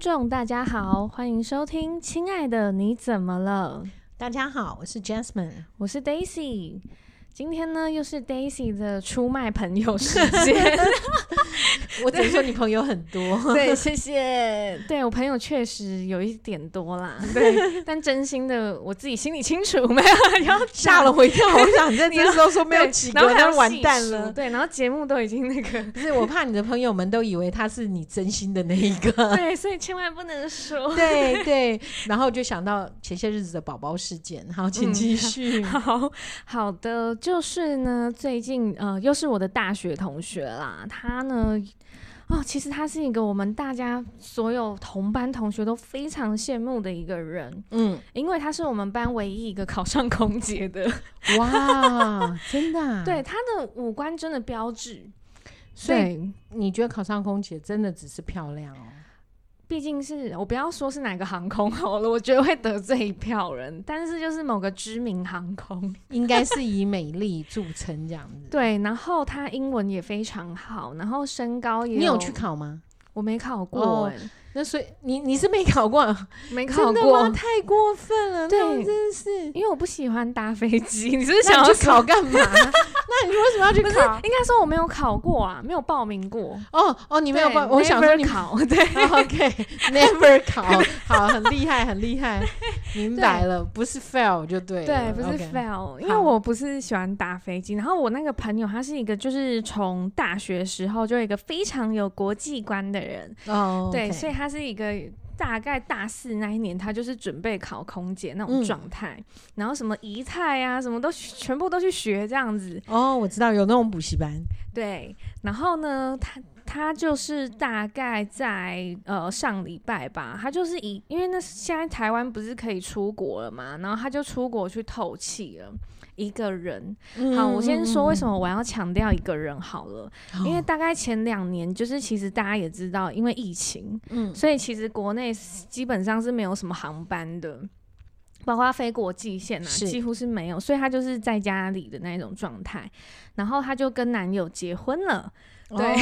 众大家好，欢迎收听《亲爱的你怎么了》，大家好，我是 Jasmine。我是 Daisy。今天呢，又是 Daisy 的出卖朋友时间。 我只能说你朋友很多，对，谢谢。 对我朋友确实有一点多啦，对， 但真心的我自己心里清楚，没 有要 吓了我一跳。我想在这时候说对没有几个然后，还要那完细蛋数了。对，然后节目都已经那个， 不是，我怕你的朋友们都以为他是你真心的那一 个。对，所以千万不能说。对对，然后就想到前些日子的宝宝事件。好，请嗯继续。好好的，就是呢，最近呃，又是我的大学同学啦，他呢。哦，其实他是一个我们大家所有同班同学都非常羡慕的一个人，嗯，因为他是我们班唯一一个考上空姐的。嗯哇，真的、啊？ 对，，他的五官真的标志，所以对你觉得考上空姐真的只是漂亮哦？毕竟是我不要说是哪个航空好了，我觉得会得罪一票人，但是就是某个知名航空。应该是以美丽著称这样子。， 对，然后他英文也非常好，然后身高也你有去？考吗？我没考过、哦欸，那所以你你是没考过，啊没考真的吗？过，太过分了，对那我真的是。 因为我不喜欢搭飞 机。你是不是那想你要去考 干嘛？那你为什么要去不是，考？应该说我没有考过啊，没有报名过。哦哦，你没有对报，我想说 never 你考，对 OK，never 考，好，很厉害，很厉害，明白了，不是 fail 就对 了，对，不是 OK fail，因为好我不是喜欢搭飞机。然后我那个朋友，他是一个就是从大学时候就有一个非常有国际观的人，哦，对， OK 所以他是一个。大概大四那一年，他就是准备考空姐那种嗯状态，然后什么仪态啊，什么都全部都去学这样子。哦，我知道有那种补习班，对，然后呢，他他就是大概在呃上礼拜吧，他就是以因为那现在台湾不是可以出国了嘛，然后他就出国去透气了。一个人，好，我先说为什么，么我要强调一个人好了，好因为大概前两年，就是其实大家也知道，因为疫情，嗯所以其实国内是基本上是没有什么航班的，包括飞国际线啊，是几乎是没有，所以她就是在家里的那种状态。然后她就跟男友结婚了， 对哦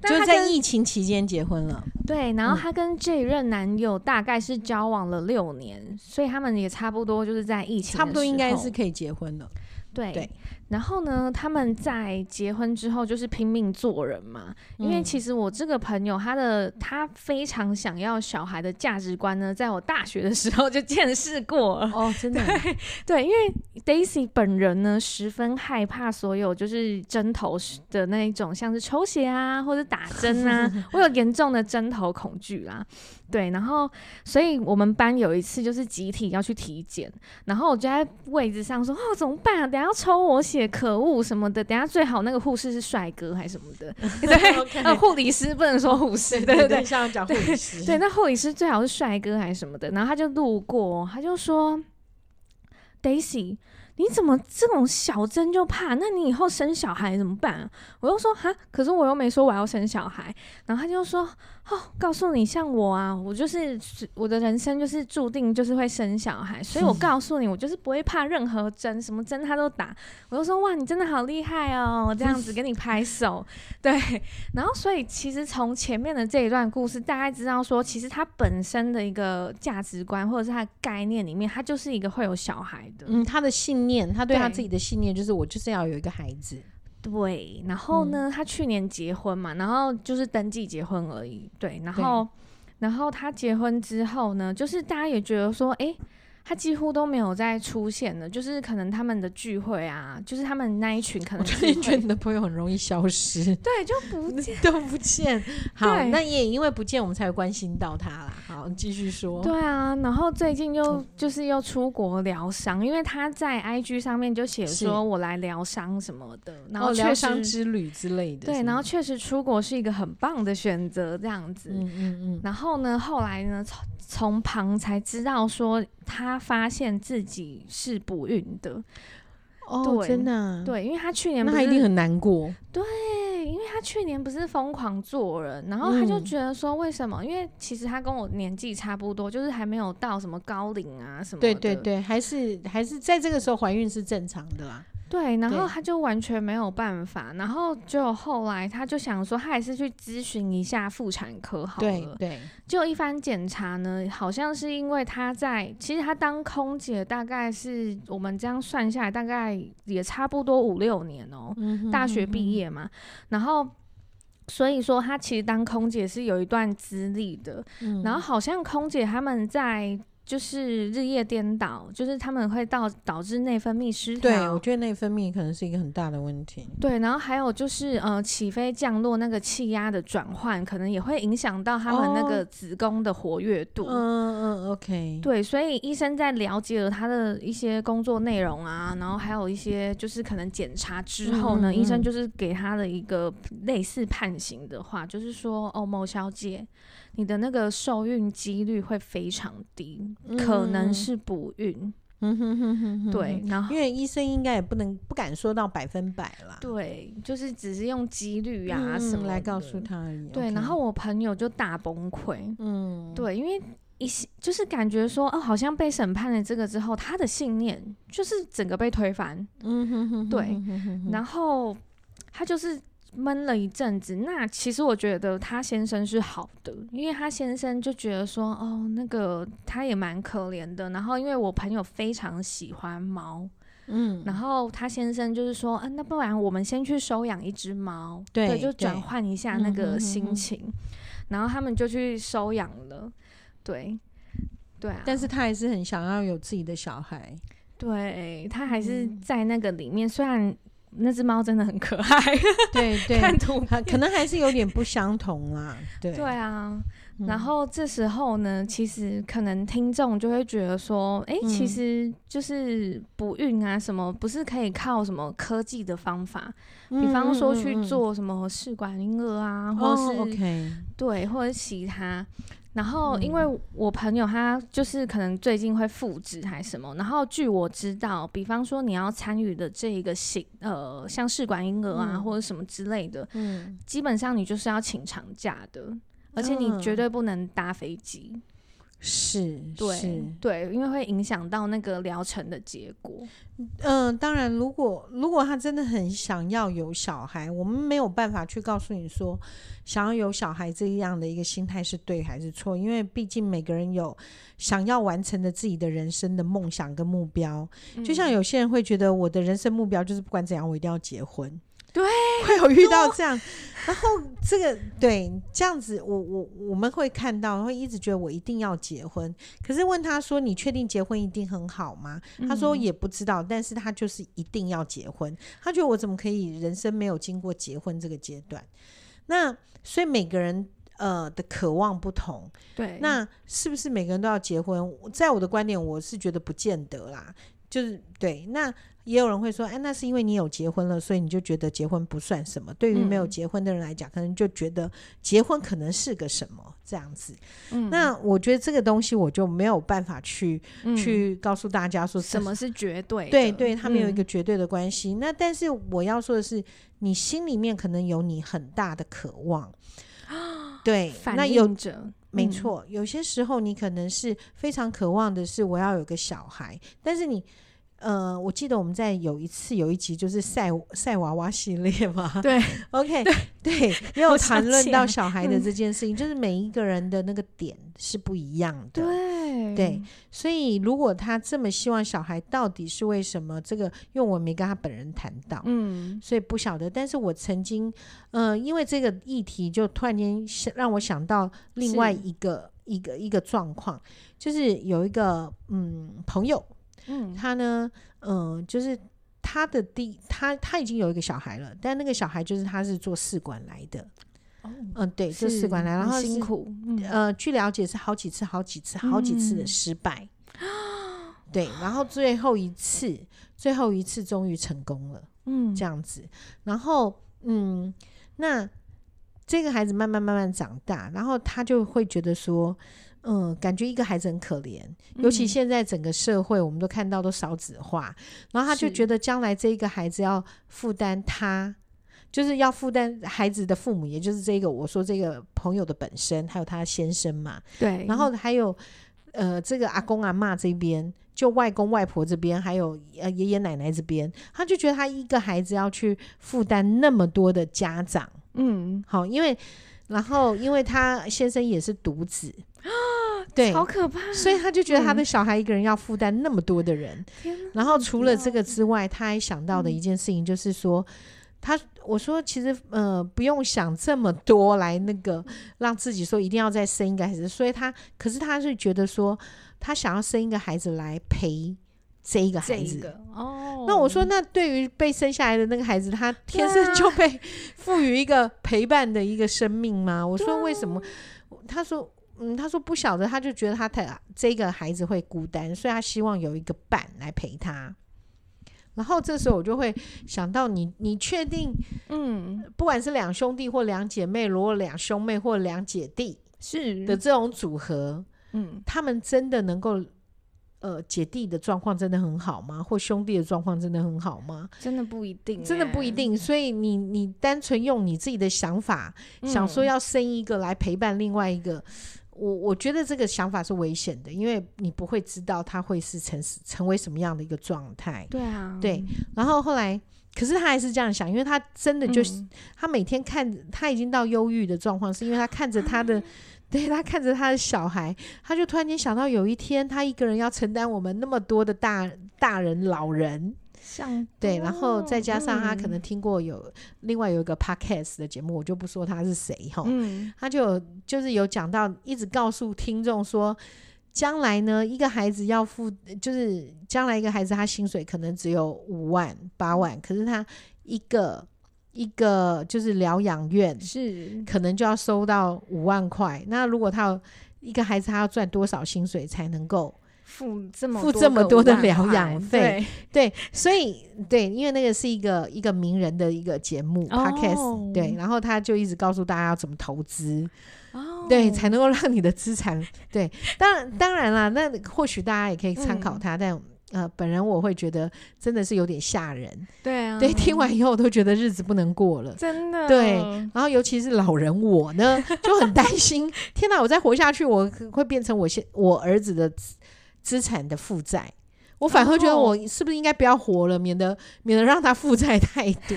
但就她在嗯跟疫情期间结婚了，对，然后她跟这任男友大概是交往了六年，所以他们也差不多就是在疫情的差不多应该时是候可以结婚了，对。对然后呢，他们在结婚之后就是拼命做人嘛，因为嗯其实我这个朋友，他的他非常想要小孩的价值观呢，在我大学的时候就见识过了。哦，真的啊， 对，因为 Daisy 本人呢，十分害怕所有就是针头的那一种，像是抽血啊，或者打针 啊，我有严重的针头恐惧啦。对，然后所以我们班有一次就是集体要去体检，然后我就在位置上说：“哦，怎么办啊？等一下要抽我血，可恶什么的。等一下最好那个护士是帅哥还是什么的。 对， OK 呃，护理师不能说护士，对对对，像要讲护理师，对，那护理师最好是帅哥还是什么的，然后他就路过，他就说：“Daisy，你怎么这种小针就怕？那你以后生小孩怎么办、啊？”我又说：“哈，可是我又没说我要生小孩。”然后他就说：“哦，告诉你，像我啊，我就是我的人生就是注定就是会生小孩，所以我告诉你，我就是不会怕任何针，什么针他都打。”我就说：“哇，你真的好厉害哦！”这样子给你拍手，对。然后，所以其实从前面的这一段故事，大概知道说，其实他本身的一个价值观或者是他的概念里面，他就是一个会有小孩的。嗯，他的信念，他对他对自己的信念就是我就是要有一个孩子，对，然后嗯呢，他去年结婚嘛，然后就是登记结婚而已。对，然后，然后他结婚之后呢，就是大家也觉得说，诶，他几乎都没有再出现了，就是可能他们的聚会啊，就是他们那一群可 我能突聚然觉得会，，你的朋友很容易消失对，就 不见都不见。好，对那也因为不见，我们才有关心到他啦。好，你继续说。对啊，然后最近又哦就是又出国疗伤，因为他在 IG 上面就写是说我来疗伤什么的，然后哦确疗实、伤之旅之类的。对，是吗然后确实出国是一个很棒的选择，这样子。嗯嗯嗯，然后呢，后来呢，从从旁才知道说他发现自己是不孕的，哦，对真的啊，嗯对，因为他去年那不他是一定很难过。对，因为他去年不是疯狂做人，然后他就嗯觉得说为什么？因为其实他跟我年纪差不多，就是还没有到什么高龄啊什么的。对对对，还是还是在这个时候怀孕是正常的啦。对，然后对他就完全没有办法，然后就后来他就想说，他还是去咨询一下妇产科好对了。对，就一番检查呢，好像是因为他在，其实他当空姐大概是我们这样算下来，大概也差不多五六年哦、嗯大学毕业嘛，然后。所以说，他其实当空姐是有一段资历的，嗯，然后好像空姐他们在就是日夜颠倒，就是他们会到导致内分泌失对，调我，觉得内分泌可能是一个很大的问题。对，然后还有就是呃起飞降落那个气压的转换，可能也会影响到他们那哦个子宫的活跃度。嗯嗯，OK，对，所以医生在了解了他的一些工作内容啊，然后还有一些就是可能检查之后呢，嗯嗯医嗯生就是给他的一个类似判刑的话，就是说哦，某小姐，你的那个受孕几率会非常低，可能嗯是不孕。嗯哼哼哼哼对，哼，然后因为医生应该也不能不敢说到百分百啦，对，就是只是用几率啊嗯什么来告的诉他而已。对， OK 然后我朋友就大崩溃，嗯，对，因为一些就是感觉说，哦，好像被审判了这个之后，他的信念就是整个被推翻，嗯哼哼，对哼哼哼哼然后他就是闷了一阵子。那其实我觉得他先生是好的，因为他先生就觉得说，哦，那个他也蛮可怜的。然后因为我朋友非常喜欢猫，嗯，然后他先生就是说，啊，那不然我们先去收养一只猫，对就对转换一下嗯那个哼哼心哼情，然后他们就去收养了，对，对啊，但是他还是很想要有自己的 小孩，对他还是嗯在那个里面，虽然那只猫真的很可爱，对对，看图他可能还是有点不相同啦，对对啊，嗯然后这时候呢，其实可能听众就会觉得说，诶，嗯其实就是不孕啊，什么不是可以靠什么科技的方法，比方说去，做什么试管婴儿啊，嗯嗯嗯嗯或是、嗯哦，OK，对，或者其他。然后，因嗯为我朋友他就是可能最近会复职还是什么，然后据我知道，比方说你要参与的这一个行呃，像试管婴儿啊、嗯或者什么之类的，嗯，基本上你就是要请长假的，而且你嗯绝对不能搭飞机。是，对是对，因为会影响到那个疗程的结果。嗯，当然，如果如果他真的很想要有小孩，我们没有办法去告诉你说，想要有小孩这样的一个心态是对还是错，因为毕竟每个人有想要完成的自己的人生的梦想跟目标。就嗯像有些人会觉得，我的人生目标就是不管怎样，我一定要结婚。对，会有遇到这样，然后这个对这样子，我我我们会看到，会一直觉得我一定要结婚。可是问他说：“你确定结婚一定很好吗？”他说嗯也不知道，但是他就是一定要结婚。他觉得我怎么可以人生没有经过结婚这个阶段？那所以每个人呃的渴望不同，对，那是不是每个人都要结婚？我在我的观点，我是觉得不见得啦。就是对，那也有人会说，哎，那是因为你有结婚了，所以你就觉得结婚不算什么。对于没有嗯结婚的人来讲，可能就觉得结婚可能是个什么这样子。嗯那我觉得这个东西我就没有办法去、嗯去告诉大家说这什么是绝对的？对对，他们有一嗯个绝对的关系。那但是我要说的是，你心里面可能有你很大的渴 望，对，反那有应者，没嗯，错，有些时候你可能是非常渴望的是我要有个小孩，但是你。呃，我记得我们在有一次有一集就是晒晒娃娃系列嘛，对 ，OK，对，也有我想谈论起到来小孩的嗯这件事情，就是每一个人的那个点是不一样的，对对，所以，如果他这么希望小孩，到底是为什么？这个，因为我没跟他本人谈到，嗯所以不晓得。但是我曾经，呃，因为这个议题，就突然间想让我想到另外是一个一个一个状况，就是有一个嗯朋友，嗯，他呢，嗯、就是他的第他他已经有一个小孩了，但那个小孩就是他是做试管来的，哦嗯、对，做是试管来，然很后辛是苦，嗯呃，据了解是好几次、好几次、好几次的嗯 失败。对，然后最后一次，最后一次终于成功了，嗯，这样子。然后，嗯，那这个孩子慢慢慢慢长大，然后他就会觉得说，嗯，感觉一个孩子很可怜，尤其嗯现在整个社会我们都看到都少子化，然后他就是觉得将来这一个孩子要负担他。就是要负担孩子的父母，也就是这个我说这个朋友的本身，还有他先生嘛，对，然后还有呃这个阿公阿嬷这边，就外公外婆这边，还有呃爷爷奶奶这边，他就觉得他一个孩子要去负担那么多的家长，嗯，好，因为然后因为他先生也是独子，对，好可怕，所以他就觉得他的小孩一个人要负担那么多的人。天哪！然后除了这个之外，他还想到的一件事情就是说，他我说其实呃不用想这么多来那个让自己说一定要再生一个孩子，所以他可是他是觉得说他想要生一个孩子来陪这一个这孩一子。个哦，那我说，那对于被生下来的那个孩子，他天生就被赋予一个陪伴的一个生命吗？我说为什么？他说，嗯，他说不晓得，他就觉得他太这个孩子会孤单，所以他希望有一个伴来陪他。然后这时候我就会想到你，你确定，嗯不管是两兄弟或两姐妹，如果两兄妹或两姐弟是的这种组合，嗯他们真的能够，呃，姐弟的状况真的很好吗？或兄弟的状况真的很好吗？真的不一定，欸真的不一，定。所以你你单纯用你自己的想法，想说嗯要生一个来陪伴另外一个，我我觉得这个想法是危险的，因为你不会知道他会是成成为什么样的一个状态。对啊，对，然后后来，可是他还是这样想，因为他真的就是、嗯他每天看他已经到忧郁的状况，是因为他看着他啊的。 对他看着他的小孩，他就突然间想到，有一天他一个人要承担我们那么多的大大人、老人，像对，多然后再加上他可能嗯听过有另外有一个 podcast 的节目，我就不说他是谁哈，嗯他就有就是有讲到，一直告诉听众说，将来呢，一个孩子要付，就是将来一个孩子他薪水可能只有五万八万，可是他一个一个就是疗养院是可能就要收到五万块，那如果他有一个孩子他要赚多少薪水才能够付这么付多这么个多的5万疗块养费，对，所以对，因为那个是一个一个名人的一个节目、哦 podcast，对，然后他就一直告诉大家要怎么投资，对哦，对，才能够让你的资产对，当然当然啦，那或许大家也可以参考他，但呃，本人我会觉得真的是有点吓人，对啊，对，听完以后我都觉得日子不能过了。真的哦对然后，尤其是老人我呢，就很担心。天哪，我再活下去，我会变成我现我儿子的资资产的负债。我反而会觉得哦我是不是应该不要活了，免得免得让他负债太多。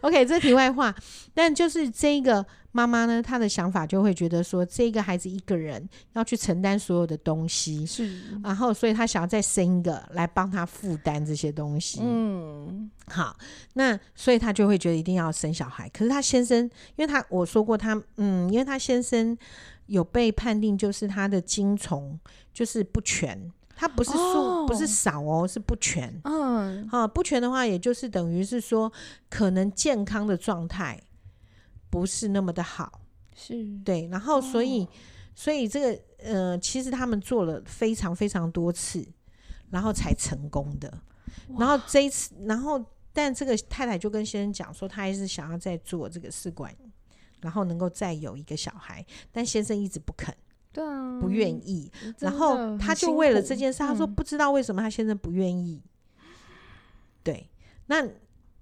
OK，这题外话，但就是这个妈妈呢，她的想法就会觉得说，这个孩子一个人要去承担所有的东西，是然后所以她想要再生一个来帮她负担这些东西。嗯好，那所以他就会觉得一定要生小孩。可是他先生，因为他我说过他，嗯，因为他先生有被判定就是他的精虫就是不全，他不是数、不哦是少哦，是不全。嗯啊，不全的话，也就是等于是说，可能健康的状态不是那么的好，是对。然后所以，哦所以这个呃，其实他们做了非常非常多次，然后才成功的。然后这一次，然后但这个太太就跟先生讲说，她还是想要再做这个试管，然后能够再有一个小孩，但先生一直不肯，对啊，不愿意。真的然很辛苦，后她就为了这件事，她说嗯不知道为什么她先生不愿意。对，那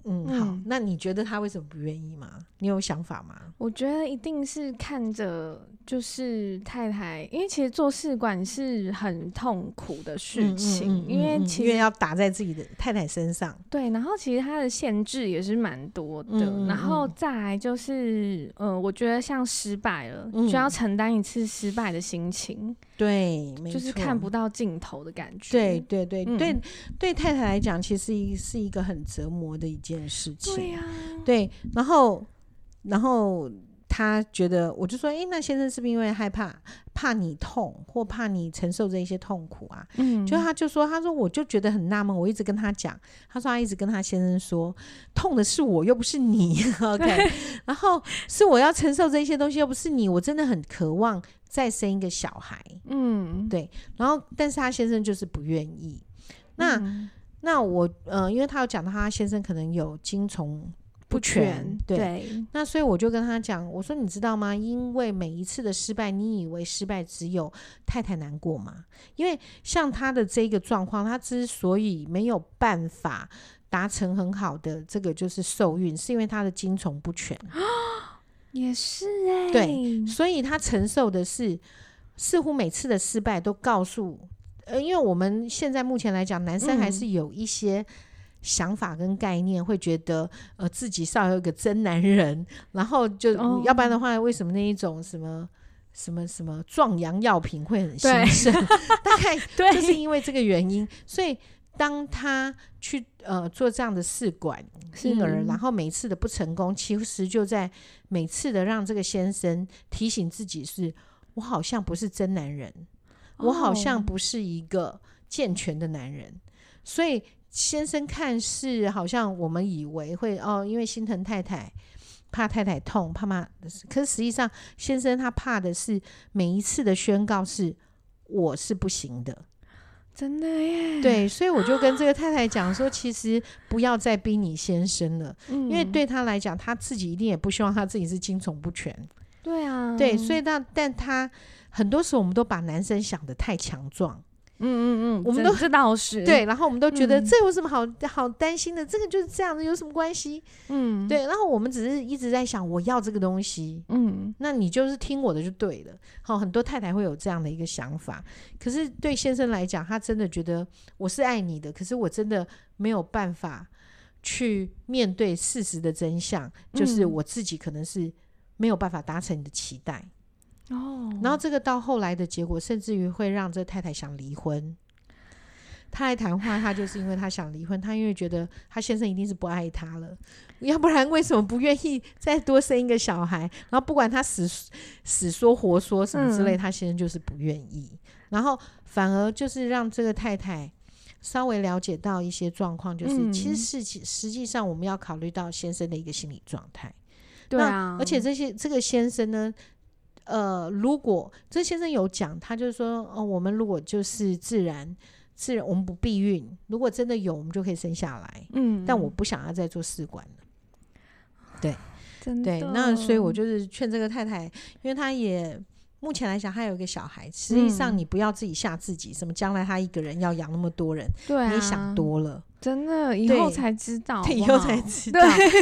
嗯好，嗯那你觉得他为什么不愿意吗？你有想法吗？我觉得一定是看着就是太太，因为其实做试管是很痛苦的事情，因为嗯其因为实要打在自己的太太身上，对，然后其实它的限制也是蛮多的，嗯嗯然后嗯再来就是，呃，我觉得像失败了，嗯就要承担一次失败的心情，对，没就是错看不到尽头的感觉。对对对、嗯对，对太太来讲，其实一是一个很折磨的一件事情。对呀、对然后然后她觉得，我就说，诶，那先生是不是因为害怕，怕你痛，或怕你承受这一些痛苦啊？嗯，就他就说，他说我就觉得很纳闷，我一直跟他讲，他说他一直跟他先生说，痛的是我又不是你 ，OK，然后是我要承受这些东西，又不是你，我真的很渴望再生一个小孩，嗯，对然后但是他先生就是不愿意，那。嗯那我呃，因为他有讲到他先生可能有精虫不全，对。对，那所以我就跟他讲，我说你知道吗？因为每一次的失败，你以为失败只有太太难过吗？因为像他的这个状况，他之所以没有办法达成很好的这个就是受孕，是因为他的精虫不全，也是哎、对所以他承受的是似乎每次的失败都告诉呃，因为我们现在目前来讲，男生还嗯是有一些想法跟概念，会觉得呃自己稍微有个真男人，然后就、哦要不然的话，为什么那一种什么？什么什么壮阳药品会很兴对盛， 大概对就是因为这个原因，所以当他去呃做这样的试管婴儿，嗯然后每次的不成功，其实就在每次的让这个先生提醒自己是：我好像不是真男人，我好像不是一个健全的男人，所以。先生看似好像我们以为会哦，因为心疼太太，怕太太痛，怕妈，可是实际上先生他怕的是每一次的宣告是我是不行的，真的哎耶，，对，所以我就跟这个太太讲说，其实不要再逼你先生了，因嗯因为对他来讲，他自己一定也不希望他自己是精虫不全。对啊，对，所以那但他很多时候我们都把男生想得太强壮，嗯嗯嗯，我们这都这倒是，对，然后我们都觉得嗯这有什么好好担心的？这个就是这样的，有什么关系？嗯，对，然后我们只是一直在想，我要这个东西，嗯，那你就是听我的就对了。好，很多太太会有这样的一个想法，可是对先生来讲，他真的觉得我是爱你的，可是我真的没有办法去面对事实的真相，就是嗯我自己可能是没有办法达成你的期待。哦，然后这个到后来的结果，甚至于会让这太太想离婚。她来谈话，她就是因为她想离婚，她因为觉得她先生一定是不爱她了，要不然为什么不愿意再多生一个小孩？然后不管她死死说活说什么之类，嗯她先生就是不愿意，然后反而就是让这个太太稍微了解到一些状况，就是、嗯其实事情实际上我们要考虑到先生的一个心理状态。对那啊，而且这些这个先生呢，呃，如果这先生有讲，他就是说，哦，我们如果就是自然自然，我们不避孕，如果真的有，我们就可以生下来，嗯，但我不想要再做试管了。真的哦对，那所以我就是劝这个太太，因为她也。目前来讲，她有一个小孩，实际上嗯你不要自己吓自己，什么将来她一个人要养那么多人，对啊，哦你想多了，真的以对后才知 道，对，以好不后好才 知道。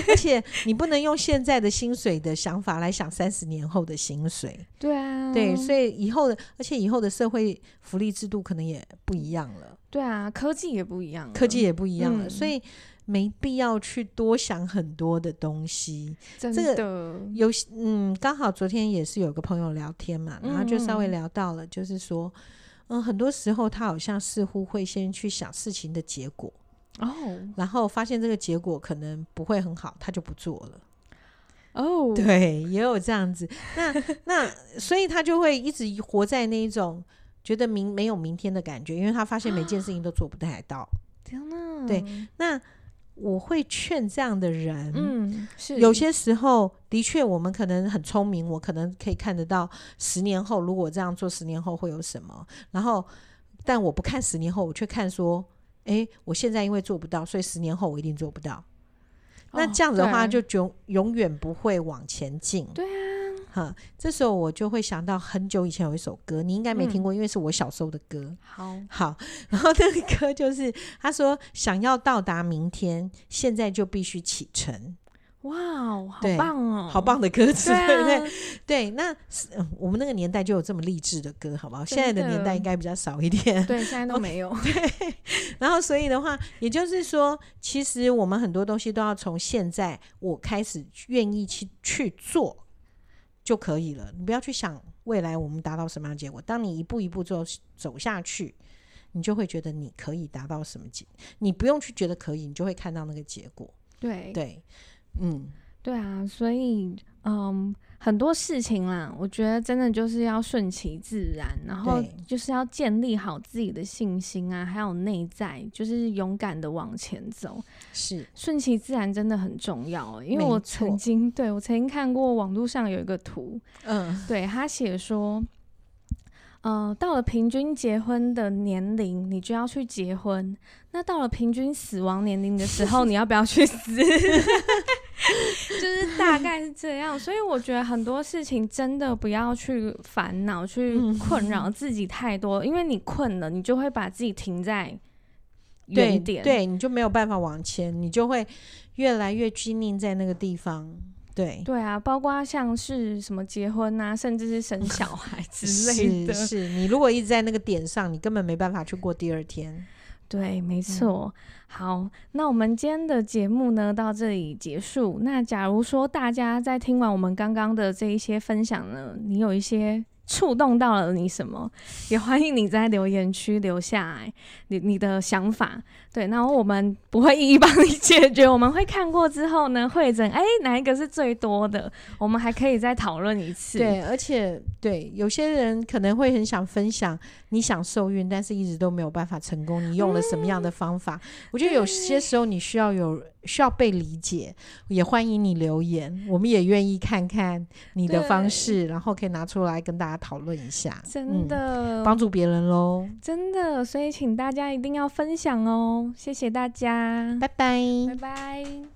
而且你不能用现在的薪水的想法来想三十年后的薪水，对啊，对，所以以以后的，而且以后的社会福利制度可能也不一样了，对啊，科技也不一样了，科技也不一样了，嗯所以没必要去多想很多的东西。真这个的，有些，嗯，刚好昨天也是有个朋友聊天嘛，然后就稍微嗯嗯聊到了，就是说，嗯，很多时候他好像似乎会先去想事情的结果，哦然后发现这个结果可能不会很好，他就不做了。哦，，对，也有这样子。那那所以他就会一直活在那一种觉得明没有明天的感觉，因为他发现每件事情都做不太到。天哪，对，那我会劝这样的人，嗯，是有些时候的确我们可能很聪明，我可能可以看得到十年后如果这样做，十年后会有什么。然后，但我不看十年后，我却看说。诶，我现在因为做不到，所以十年后我一定做不到。那哦这样子的话，对就永永远不会往前进。对啊，哈，这时候我就会想到很久以前有一首歌，你应该没嗯听过，因为是我小时候的歌。好，好，然后那个歌就是他说，想要到达明天，现在就必须启程，哇哦，好对棒哦，好， 棒的歌词，对啊对不 对？对，那是、嗯我们那个年代就有这么励志的歌，好不好？现在的真的年代应该比较少一点。对，现在都没有， 然后，所以的话，也就是说，其实我们很多东西都要从现在我开始愿意去去做就可以了。你不要去想未来我们达到什么样的结果。当你一步一步走走下去，你就会觉得你可以达到什么结，你不用去觉得可以，你就会看到那个结果。对对，嗯，对啊，所以嗯，很多事情啦，我觉得真的就是要顺其自然，然后对就是要建立好自己的信心啊，还有内在，就是勇敢的往前走，是顺其自然真的很重要欸。因为没我错曾经对我曾经看过网络上有一个图，嗯，对他写说。呃，到了平均结婚的年龄，你就要去结婚。那到了平均死亡年龄的时候， 你要不要去死？ 就是大概是这样。所以我觉得很多事情真的不要去烦恼、去嗯困扰自己太多，因为你困了，你就会把自己停在对原点。对，你就没有办法往前，你就会越来越拘泥在那个地方。对对啊，包括像是什么结婚啊，甚至是生小孩 之类的。是是，你如果一直在那个点上，你根本没办法去过第二天。对，嗯没错。好，那我们今天的节目呢到这里结束。那假如说大家在听完我们刚刚的这一些分享呢，你有一些触动到了你什么，也欢迎你在留言区留下来你你的想法。对，那我们不会一一帮你解决，我们会看过之后呢会诊，哎，哪一个是最多的，我们还可以再讨论一次。对，而且对有些人可能会很想分享，你想受孕，但是一直都没有办法成功，你用了什么样的方法？我觉得有些时候你需要有需要被理解，也欢迎你留言，我们也愿意看看你的方对式，然后可以拿出来跟大家讨论一下，真的，嗯帮助别人喽。真的，所以请大家一定要分享哦，谢谢大家，拜拜拜拜。